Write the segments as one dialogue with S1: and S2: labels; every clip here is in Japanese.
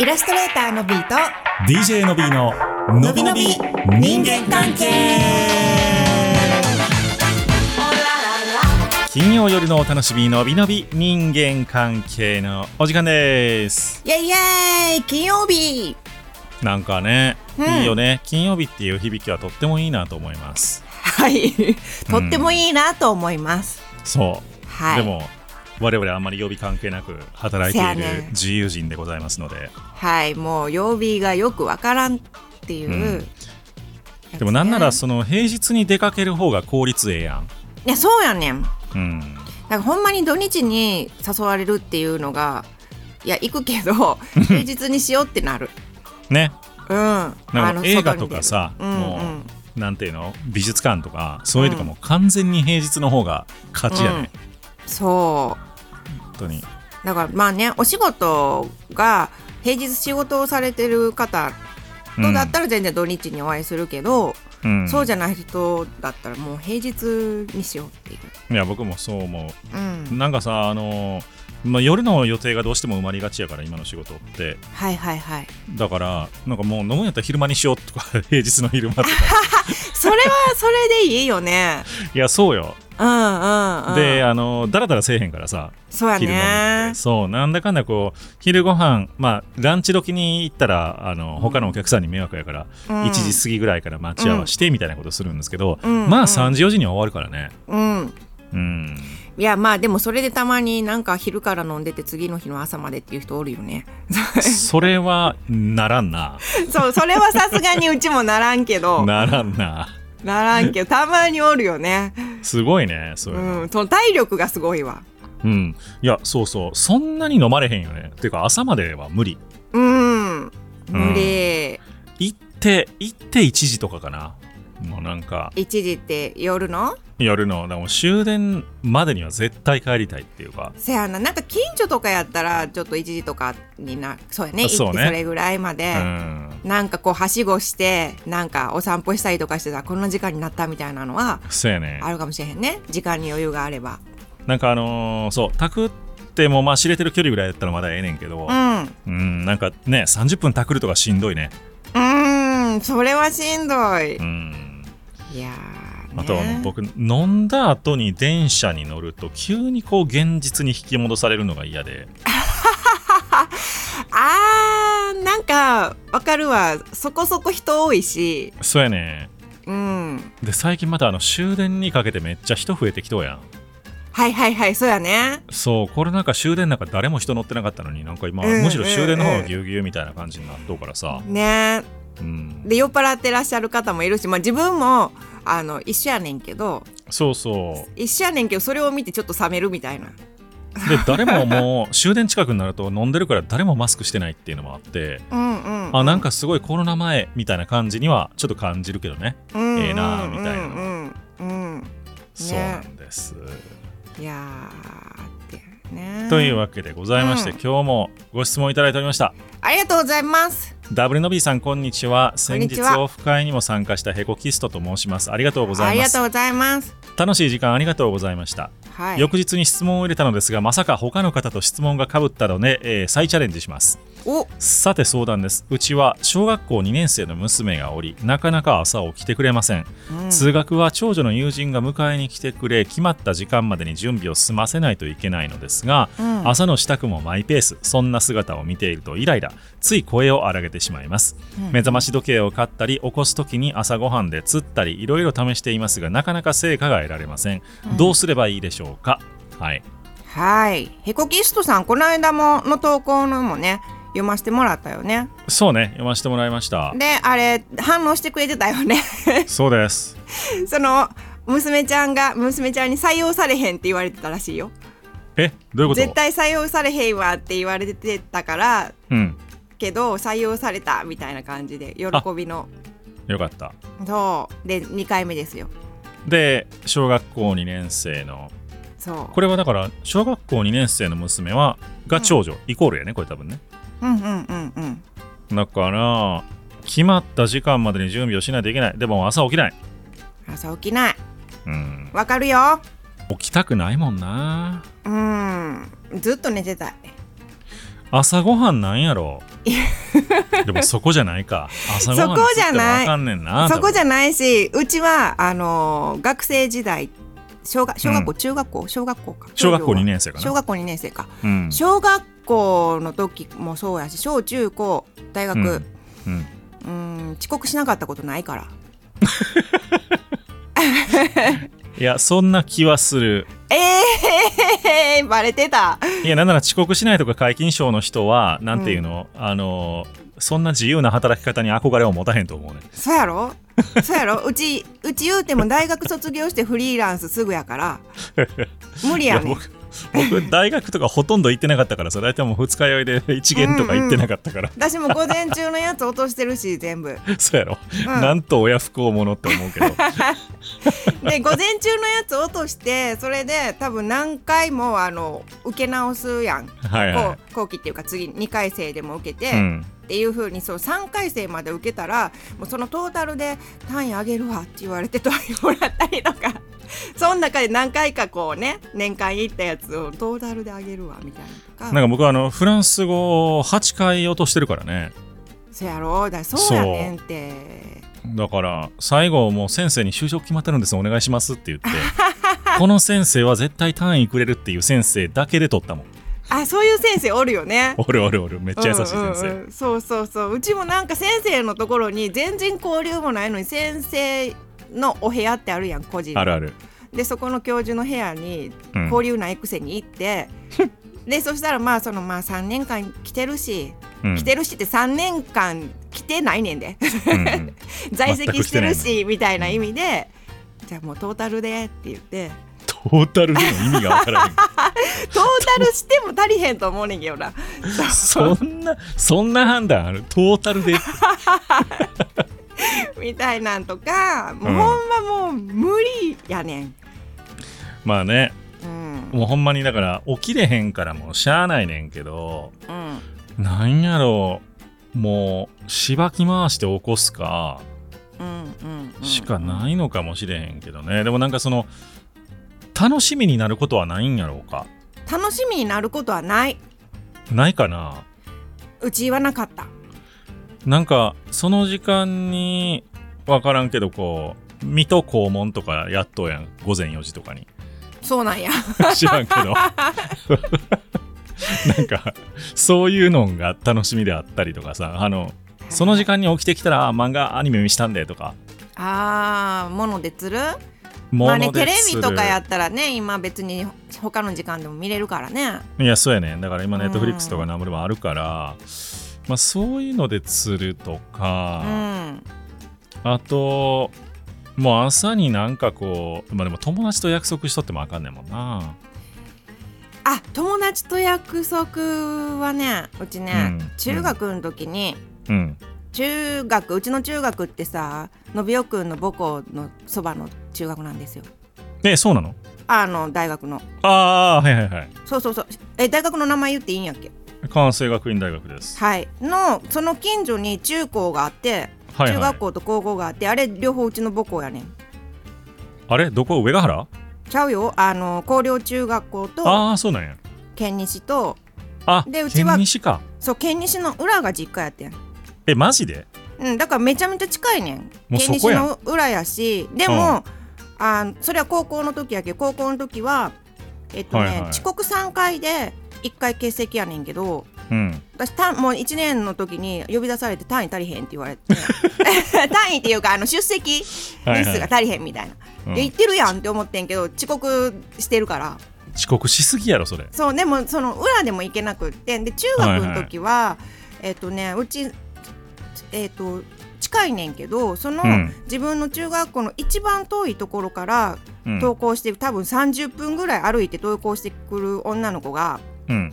S1: イラストレーターのビーと
S2: DJ のびーののびのび人間関係金曜夜のお楽しみのびのび人間関係のお時間です
S1: イエイイエイ金曜日
S2: なんかね、
S1: うん
S2: いいよね金曜日っていう響きはとってもいいなと思います
S1: はい とってもいいなと思います、
S2: そう、
S1: はい
S2: でも我々あんまり曜日関係なく働いてい
S1: せや
S2: る
S1: ね
S2: 自由人でございますので
S1: はいもう曜日がよくわからんっていう、
S2: うんでもなんなら
S1: そ
S2: その平日に出かける方が効率ええやん
S1: いやそうやねん
S2: うん
S1: なんかほんまに土日に誘われるっていうのがいや行くけ ど平日にしようってなる
S2: ね
S1: うんあ
S2: なんか
S1: の
S2: 映画
S1: 外に
S2: と
S1: 出る
S2: かさ、
S1: うん
S2: も
S1: うん
S2: うなんていうの美術館とかそういうとかもう完全に平日の方が勝ちやね、
S1: そう
S2: 本当に
S1: だからまあねお仕事が平日仕事をされてる方とだったら全然土日にお会いするけど、
S2: うん
S1: そうじゃない人だったらもう平日にしようっていう。
S2: いや僕もそう思
S1: う、
S2: うんなんかさあのーまあ、夜の予定がどうしても埋まりがちやから今の仕事って
S1: はいはいはい。
S2: だからなんかもう飲むんやったら昼間にしようとか 平日の昼間とか
S1: それはそれでいいよね。
S2: いやそうよ、
S1: うんうんうん。
S2: であのーだらだらせえへんからさ
S1: そうや
S2: 昼飲みっ
S1: ね
S2: て。そうなんだかんだこう昼ご飯まあランチ時に行ったらあの他のお客さんに迷惑やから、
S1: うん
S2: 1時過ぎぐらいから待ち合わせしてみたいなことするんですけど、
S1: うん
S2: まあ
S1: うん
S2: 3時4時には終わるからね
S1: うん。
S2: うん
S1: いやまあでもそれでたまになんか昼から飲んでて次の日の朝までっていう人おるよね。
S2: それはならんな
S1: そうそれはさすがにうちもならんけどな
S2: ならんな
S1: らんけどたまにおるよね。
S2: すごいねそういううの
S1: んその体力がすごいわ。
S2: うん、いやそうそうそんなに飲まれへんよねていうか朝までは無理
S1: うん無理。
S2: 行って行って1時とかかなもうなんか
S1: 一時って夜の
S2: 夜のでも終電までには絶対帰りたいっていうか
S1: せやななんか近所とかやったらちょっと1時とかになそうやね
S2: そ
S1: 行
S2: う
S1: っ
S2: ね
S1: てそれぐらいまで
S2: う、ん
S1: なんかこうはしごしてなんかお散歩したりとかしてさこんな時間になったみたいなのは
S2: そうやね
S1: あるかもしれへんね時間に余裕があれば
S2: なんかあのーそうタクってもまあ知れてる距離ぐらいだったらまだええねんけど
S1: う、んう
S2: うん、なんかね、30分タクるとかしんどいね。
S1: ーんそれはしんどい
S2: うん。
S1: いやーね
S2: あとはもう僕、飲んだ後に電車に乗ると、急にこう現実に引き戻されるのが嫌で。
S1: あーなんかわかるわそこそこ人多いし
S2: そうやね。
S1: うん
S2: で、最近またあの終電にかけてめっちゃ人増えてきとうやん。
S1: はいはいはいそうやね
S2: そう、これなんか終電なんか誰も人乗ってなかったのに、なんか今、
S1: うんうんうん
S2: むしろ終電の方がぎゅうぎゅうみたいな感じになっとうからさ。
S1: ね
S2: うん。
S1: で酔っ払ってらっしゃる方もいるし、まあ、自分もあの一緒やねんけど
S2: そうそう。
S1: 一緒やねんけどそれを見てちょっと冷めるみたいな
S2: で、誰ももう終電近くになると飲んでるから誰もマスクしてないっていうのもあって。
S1: うんうん、
S2: あなんかすごいコロナ前みたいな感じにはちょっと感じるけどね
S1: うんうん
S2: ええなあみたいな
S1: うんうん、うん
S2: そうなんです、
S1: いやーってね
S2: というわけでございまして、
S1: うん
S2: 今日もご質問いただいておりました
S1: ありがとうございます
S2: ダブルのびーさんこんにちは
S1: ん
S2: 先
S1: にち
S2: 日
S1: は
S2: オフ会にも参加したヘコキストと申しますありがとうござ
S1: あ
S2: い
S1: り
S2: ま
S1: が
S2: す
S1: とうございます
S2: 楽しい時間ありがとうございました、
S1: はい
S2: 翌日に質問を入れたのですがまさか他の方と質問がかぶったので、えー再チャレンジします
S1: お
S2: さて相談ですうちは小学校2年生の娘がおりなかなか朝起きてくれません
S1: うん
S2: 通学は長女の友人が迎えに来てくれ決まった時間までに準備を済ませないといけないのですが、
S1: うん
S2: 朝の支度もマイペースそんな姿を見ているとイライラつい声を荒げてしまいます、目覚まし時計を買ったり起こす時に朝ごはんで釣ったりいろいろ試していますがなかなか成果が得られません、どうすればいいでしょうかはい
S1: はいヘコキストさんこの間もの投稿のもね読ませてもらったよね
S2: そうね読ませてもらいました
S1: であれ反応してくれてたよね
S2: そうです
S1: その娘ちゃんが娘ちゃんに採用されへんって言われてたらしいよ
S2: えどういうこと
S1: 絶対採用されへんわって言われてたから
S2: うん
S1: けど採用されたみたいな感じで喜びの
S2: よかった
S1: そうで2回目ですよ
S2: で小学校2年生の
S1: そう
S2: これはだから小学校2年生の娘はが長女、イコールやねこれ多分ね
S1: うんうんうんうん
S2: だから決まった時間までに準備をしないといけないでも朝起きない、
S1: 朝起きない
S2: うん、
S1: わかるよ
S2: 起きたくないもんな
S1: うんずっと寝てたい
S2: 朝ごはんなんやろでもそこじゃないか朝ごはん
S1: そこじゃない
S2: あかんねんな
S1: そこじ
S2: ゃ
S1: ゃないしうちはあの学生時代小学小学校、中学校小学校か
S2: 小学校2年生かな
S1: 小学校2年生か
S2: うん
S1: 小学校の時もそうやし小中高大学、
S2: うんうん
S1: うーん遅刻しなかったことないから
S2: いやそんな気はする
S1: えー、 バレてた
S2: いやなんなら遅刻しないとか皆勤賞の人はなんていうの、あのそんな自由な働き方に憧れを持たへんと思うね
S1: そうやろそうやろうちうち言うても大学卒業してフリーランスすぐやから 無理
S2: い
S1: や
S2: や
S1: ねん
S2: 僕僕大学とかほとんど行ってなかったからさ大体もう二日酔いで一限とか行ってなかったから、
S1: 私も午前中のやつ落としてるし全 部、
S2: そうやろ、
S1: うん
S2: なんと親不幸者って思うけ ど
S1: で午前中のやつ落としてそれで多分何回もあの受け直すやん
S2: はい
S1: 後
S2: は
S1: 後期っていうか次2回生でも受けて、
S2: い、うん、
S1: っていう風にそう3回生まで受けたらもうそのトータルで単位上げるわって言われて単位もらったりと かその中で何回かこうね年間行ったやつをトータルで上げるわみたいなとか
S2: なんか僕はあのフランス語を8回落としてるからね
S1: そやろだからそうやねんって
S2: だから最後もう先生に就職決まってるんですお願いしますって言って この先生は絶対単位くれるっていう先生だけで取ったもん
S1: あそういう先生おるよね。
S2: おるおるおるめっちゃ優しい先生、
S1: うんうんうんそうそうそううちもなんか先生のところに全然交流もないのに先生のお部屋ってあるやん個人の
S2: あるある、
S1: でそこの教授の部屋に
S2: うん
S1: 交流ないくせに行 って、でそしたらまあそのまあ3年間来てるし、
S2: うん
S1: 来てるしって3年間来てないねんで
S2: うんうん
S1: 在籍してる
S2: 全く来てない
S1: しみたいな意味で、じゃあもうトータルでって言って
S2: トータルでの意味がわからへん
S1: トータルしても足りへんと思うねんけどな
S2: そんな、そんな判断あるトータルで。
S1: みたいなんとかもう
S2: うん
S1: ほんまもう無理やねん。
S2: まあね、
S1: うん
S2: もうほんまにだから、起きれへんからもうしゃあないねんけど、
S1: うん、
S2: なんやろう、もう、しばき回して起こすか、
S1: うんうんうん、
S2: しかないのかもしれへんけどね。でもなんかその、楽しみになることはないんやろうか。
S1: 楽しみになることはない
S2: ないかな
S1: うちはなかった
S2: なんか、その時間に、わからんけど、こう、水戸黄門とかやっとうやん、午前4時とかに。
S1: そうなんや
S2: 知らんけど なんかそういうのが楽しみであったりとかさあのその時間に起きてきたらあ漫画アニメ見したんでとか
S1: あーもので釣る
S2: も
S1: まあねテレビとかやったらね今別に他の時間でも見れるからね
S2: いやそうやねだから今
S1: うん
S2: ネットフリックスとか何ぼでもあるから、まあ、そういうので釣ると
S1: う
S2: か、
S1: ん
S2: あともう朝になんかこうまあでも友達と約束しとってもあかんねんもんな
S1: あ友達と約束はねうちね、
S2: うん
S1: 中学の時に
S2: うん
S1: 中学うちの中学ってさのびおくんの母校のそばの中学なんですよ
S2: えそうなの
S1: あの大学の
S2: ああーはいはいはい
S1: そうそうそうえ大学の名前言っていいんやっけ
S2: 関西学院大学です、
S1: はいのその近所に中高があって
S2: はいはい、
S1: 中学校と高校があってあれ両方うちの母校やねん
S2: あれどこ上ヶ原
S1: ちゃうよあの高陵中学校と
S2: ああそうなんや
S1: 県西と
S2: あ
S1: でうちは
S2: 県西か
S1: そう県西の裏が実家やってん、
S2: えマジで
S1: うん、だからめちゃめちゃ近いねん
S2: もう
S1: 県
S2: そ
S1: 西
S2: こやん
S1: の裏やしでも、あのそれは高校の時やけど高校の時はえっとね、
S2: はいはい
S1: 遅刻3回で1回欠席やねんけど
S2: うん
S1: 私単もう1年の時に呼び出されて単位足りへんって言われて単位っていうかあの出席日
S2: はい
S1: 数が足りへんみたいな、
S2: う
S1: で
S2: ん
S1: 言ってるやんって思ってんけど遅刻してるから
S2: 遅刻しすぎやろそれ
S1: そうでもその裏でも行けなくってで中学の時は、えっ、とねうちえっ、と近いねんけどその、
S2: うん
S1: 自分の中学校の一番遠いところから
S2: うん
S1: 登校して、多分30分ぐらい歩いて登校してくる女の子が、
S2: うん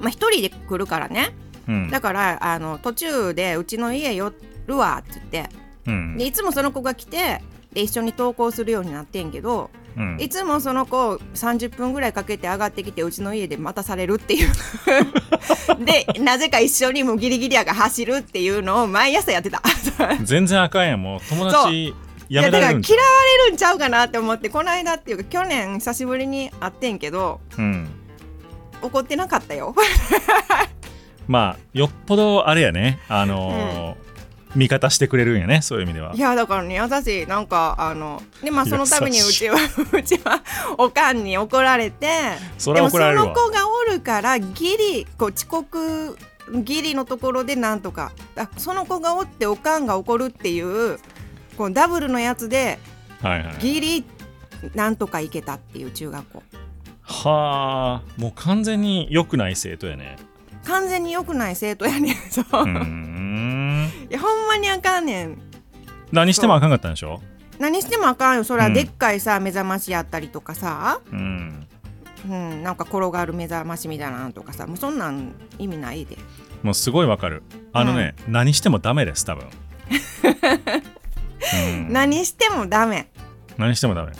S1: まあ、一人で来るからね
S2: うん
S1: だからあの途中でうちの家寄るわって言って
S2: うん
S1: でいつもその子が来てで一緒に登校するようになってんけど
S2: うん
S1: いつもその子30分ぐらいかけて上がってきてうちの家で待たされるって いうでなぜか一緒にもうギリギリやが走るっていうのを毎朝やってた
S2: 全然あかんやんもう友
S1: そう
S2: 達やめ
S1: いやだから
S2: られ
S1: 嫌
S2: る
S1: われるん
S2: んじゃ
S1: ちゃうかなって思ってこの間っていうか去年久しぶりに会ってんけど
S2: うん
S1: 怒ってなかったよ
S2: まあよっぽどあれやねあのー味方してくれるんやねそういう意味ではい
S1: やだからね優しいなんかあのでまあその度にう
S2: 優し
S1: ちは うちはおかんに怒られて
S2: そ
S1: で
S2: れは
S1: も
S2: 怒
S1: そ
S2: られる
S1: の
S2: わ
S1: 子がおるからギリこう遅刻ギリのところでなんとかあその子がおっておかんが怒るっていうこうダブルのやつで
S2: はいはい
S1: ギリなんとか行けたっていう中学校
S2: はあもう完全に良くない生徒や ね
S1: 完全に良くない生徒やねんそう、
S2: うーん
S1: いやほんまにあかんねん
S2: 何してもあかんかったんでしょ
S1: 何してもあかんよそら
S2: うん
S1: でっかいさ、目覚ましやったりとかさ、
S2: うん
S1: うん、なんか転がる目覚ましみたいなのとかさもうそんなん意味ないで
S2: もうすごいわかるあのね、何してもダメです多 分、うん
S1: 何してもダメ、
S2: 何してもダメ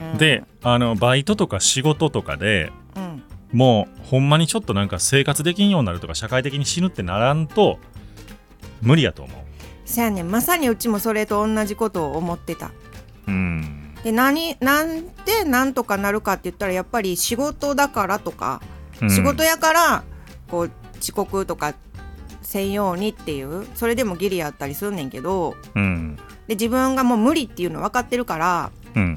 S1: うん、
S2: であのバイトとか仕事とかで
S1: うん
S2: もうほんまにちょっとなんか生活できんようになるとか社会的に死ぬってならんと無理やと思
S1: せやねんまさにうちもそれと同じことを思ってた
S2: ううん
S1: で何なんでなんとかなるかって言ったらやっぱり仕事だからとか、
S2: うん
S1: 仕事やからこう遅刻とかせんようにっていうそれでもギリやったりすんねんけど
S2: うん
S1: で自分がもう無理っていうの分かってるから
S2: うん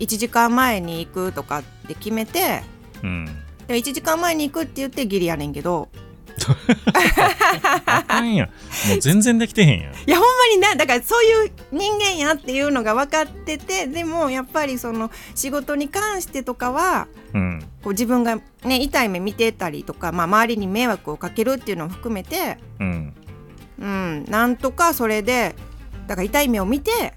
S1: 1時間前に行くとかって決めて
S2: うん
S1: で1時間前に行くって言ってギリやねんけど
S2: あかんやんもう全然できてへんやん
S1: いやほんまになだからそういう人間やっていうのが分かっててでもやっぱりその仕事に関してとかは
S2: うん
S1: こう自分が、ね、痛い目見てたりとか、まあ、周りに迷惑をかけるっていうのを含めて、
S2: うん
S1: うん、なんとかそれでだから痛い目を見て
S2: だか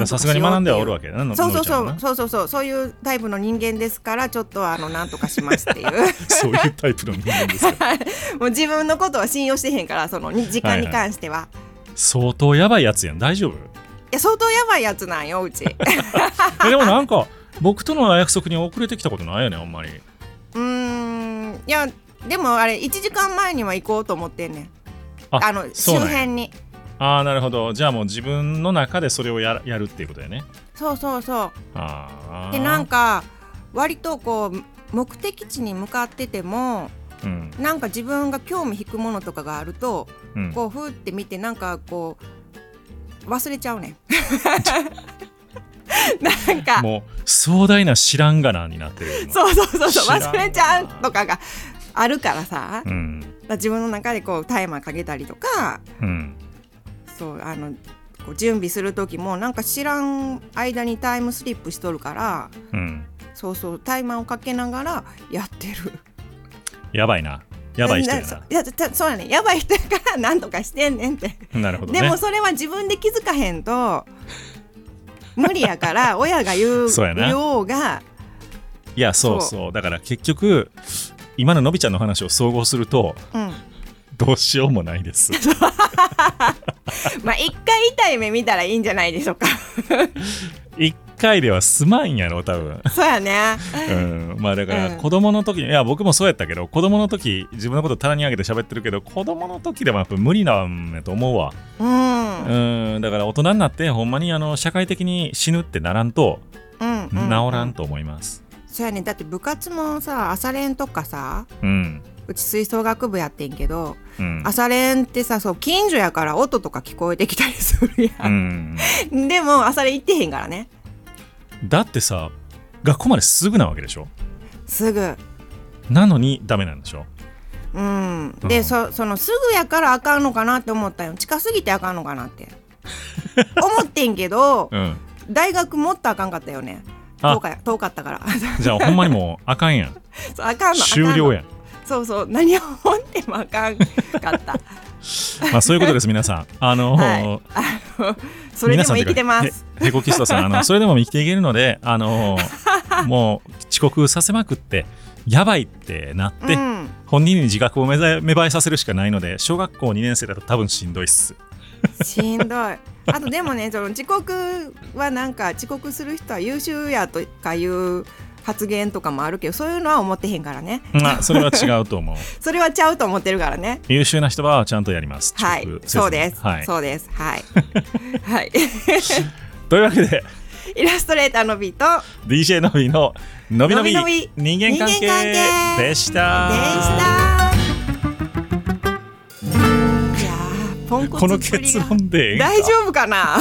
S2: らさすがに学んではおる
S1: わ
S2: わけやなの
S1: そうそうそ
S2: のり
S1: う
S2: ち
S1: そうそうそうそういうタイプの人間ですからちょっとあのなんとかしますっていう
S2: ゃんはなそういうタイプの人間ですよ
S1: もう自分のことは信用してへんからそのに時間に関しては、い
S2: 相当やばいやつやん大丈夫
S1: や相当やばいやつなんようち
S2: えでもなんか僕との約束に遅れてきたことないよねあんまり
S1: うーんいやでもあれ1時間前には行こうと思ってんねんあの周
S2: そうなんや
S1: 辺に
S2: ああなるほどじゃあもう自分の中でそれをややるっていうことやね
S1: そうそうそう
S2: ああ
S1: でなんか割とこう目的地に向かってても
S2: うん
S1: なんか自分が興味引くものとかがあると
S2: うん
S1: こうふーって見てなんかこう忘れちゃう ねんなんか
S2: もう壮大な知らんがなになってるよ今
S1: そうそうそうそう
S2: 知らん
S1: 忘れちゃうとかがあるからさ、だか
S2: うん
S1: ら自分の中でこうタイマーかけたりとか
S2: うん
S1: そうあのこう準備する時もなんか知らん間にタイムスリップしとるから
S2: うん
S1: そうそうタイマーをかけながら やってる。
S2: やばいなやば い人や
S1: そいやたそうやねやばい人やから 何とかしてんねんって、
S2: ななるほど
S1: でも
S2: ね
S1: それは自分で気づかへんと 無理やから親が言う
S2: そうやな
S1: 言おうが
S2: いやそう
S1: そ
S2: そうだから結局今ののびちゃんの話を総合すると
S1: うん
S2: どうしようもないです
S1: まあ一回痛い目見たらいいんじゃないでしょうか
S2: 一回ではすまんやろ多分
S1: そうやね
S2: うん、まあだから
S1: うん
S2: 子供の時に、いや僕もそうやったけど子供の時自分のこと棚に上げて喋ってるけど子供の時でもやっぱ無理なんやと思うわ、
S1: うんうん
S2: うん、だから大人になってほんまにあの社会的に死ぬってならんと
S1: うん、
S2: 治らんと思います
S1: そうやねだって部活もさ朝練とかさ
S2: うん、
S1: うち吹奏楽部やってんけど
S2: うん
S1: 朝練ってさそう近所やから音とか聞こえてきたりする
S2: う
S1: やん、
S2: ん、
S1: でも朝練行ってへんからね
S2: だってさ学校まですぐなわけでしょ
S1: すぐ
S2: なのにダメなんでしょ
S1: うん、
S2: うん
S1: で、そそのすぐやからあかんのかなって思ったよ近すぎてあかんのかなって 思ってんけど
S2: うん
S1: 大学もっとあかんかったよね
S2: あ
S1: 遠か遠かったから
S2: じゃあほんまにもうあかんやん
S1: そう あかんの
S2: 終了
S1: あかん
S2: やん、
S1: のそうそう何を思ってもあかんかった
S2: まあ、そういうことです皆さんあのー
S1: はいそれでも生きてます
S2: へへこきストさんあ のそれでも生きていけるのであのもう遅刻させまくってやばいってなって、
S1: うん
S2: 本人に自覚を芽生え芽生えさせるしかないので小学校2年生だと多分しんどいっす
S1: しんどいあとでもねその遅刻はなんか遅刻する人は優秀やとかいう発言とかもあるけどそういうのは思ってへんからね
S2: まあそれは違うと 思う
S1: それはちゃうと思ってるからね
S2: 優秀な人はちゃんとやります
S1: はい
S2: 遅、刻せずに
S1: そうです、
S2: はい、
S1: そうです、はい、はい、
S2: というわけで
S1: イラストレーターのビート
S2: DJ のびののびのび
S1: のびのび
S2: 人間関
S1: 人間関
S2: 係
S1: 係
S2: でし
S1: でしたた。ポンコ
S2: この
S1: ツっぷり
S2: 結
S1: が
S2: 論でええんか
S1: 大丈夫かな